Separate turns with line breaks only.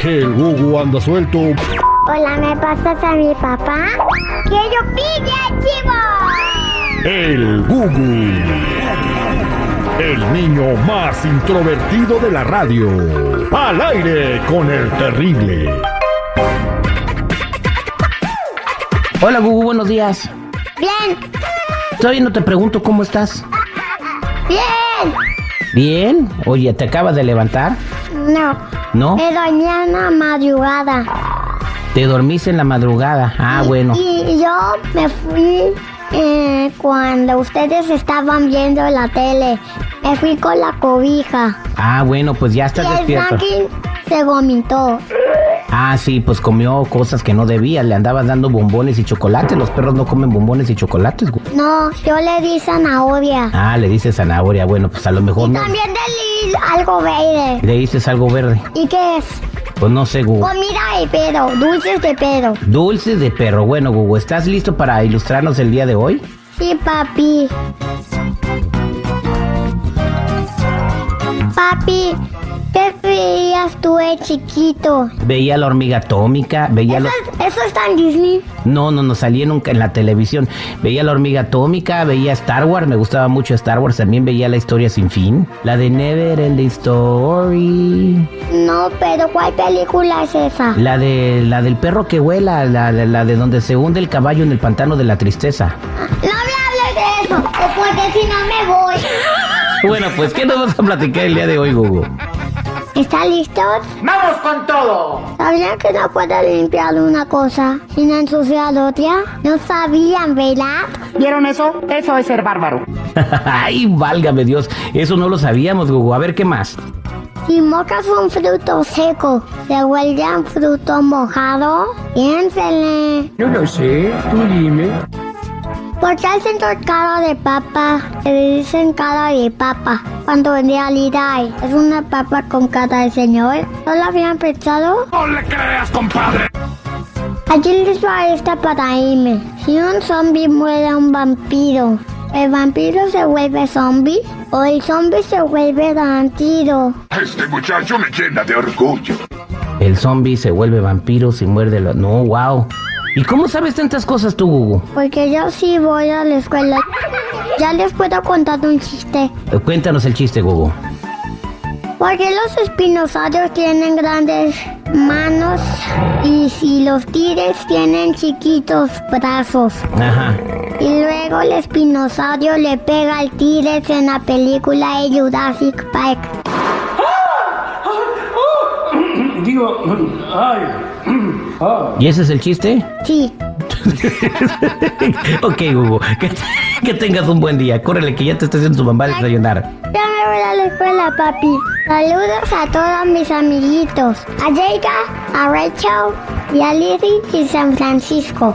que el Gugu anda suelto.
Hola, ¿me pasas a mi papá? ¡Que yo pille, chivo!
El Gugu. El niño más introvertido de la radio. Al aire con el terrible.
Hola Gugu, buenos días.
¡Bien!
Todavía no te pregunto cómo estás.
¡Bien!
Bien. Oye, ¿te acabas de levantar?
No,
¿No?
me dormí en la madrugada.
Te dormiste en la madrugada. Ah, bueno.
Y yo me fui eh, cuando ustedes estaban viendo la tele. Me fui con la cobija.
Ah, bueno, pues ya
Y
estás
el
despierto.
Franklin se vomitó.
Ah, sí, pues comió cosas que no debía. Le andabas dando bombones y chocolates. Los perros no comen bombones y chocolates. güey.
No, yo le di zanahoria.
Ah, le dices zanahoria. Bueno, pues a lo mejor no.
También le di algo verde.
Le dices algo verde.
¿Y qué es?
Pues no sé, Gugu.
Comida de pedo, dulces de pedo.
Dulces de perro. Bueno, Gugu, ¿estás listo para ilustrarnos el día de hoy?
Sí, papi. Papi, ¿qué veías tú de chiquito?
Veía la hormiga atómica, veía
¿Eso,
los...
es- eso está en Disney?
No, no, no salía nunca en la televisión. Veía La Hormiga Atómica, veía Star Wars, me gustaba mucho Star Wars, también veía La Historia Sin Fin, la de Never Ending Story,
No, pero ¿cuál película es esa?
la de la del perro que vuela, la, la- la de donde se hunde el caballo en el pantano de la tristeza.
No me hables de eso, o porque si no me voy.
Bueno, pues, ¿qué nos vas a platicar el día de hoy, Gugu?
¿Están listos?
¡Vamos con todo!
¿Sabían que no puede limpiar una cosa sin ensuciar otra? ¿No sabían, verdad?
¿Vieron eso? Eso es ser bárbaro.
Ay, válgame Dios, eso no lo sabíamos, Gugu. A ver, ¿qué más?
Si mocas un fruto seco, se vuelve un fruto mojado. Piénsele.
No lo sé, tú dime.
¿Por qué hacen cara de papa? Le dicen cara de papa. Cuando en realidad es una papa con cara de señor. ¿No lo habían pensado?
No le creas, compadre.
¿A quién les va esta para irme? Si un zombie muere a un vampiro, ¿el vampiro se vuelve zombie? ¿O el zombie se vuelve vampiro?
Este muchacho me llena de orgullo.
El zombie se vuelve vampiro si muerde la... No, wow. ¿Y cómo sabes tantas cosas tú, Gugu?
Porque yo sí voy a la escuela. Ya les puedo contar un chiste.
Eh, Cuéntanos el chiste, Gugu.
¿Por qué los espinosaurios tienen grandes manos y si los tigres tienen chiquitos brazos?
Ajá.
Y luego el espinosaurio le pega al tigre en la película de Jurassic Park.
Digo, ay,
¿Y ese es el chiste?
Sí.
ok, Hugo. Que, que tengas un buen día. Córrele, que ya te está haciendo su mamá desayunar.
Ya me voy a la escuela, papi. Saludos a todos mis amiguitos. A Jada, a Rachel y a Lizzie y San Francisco.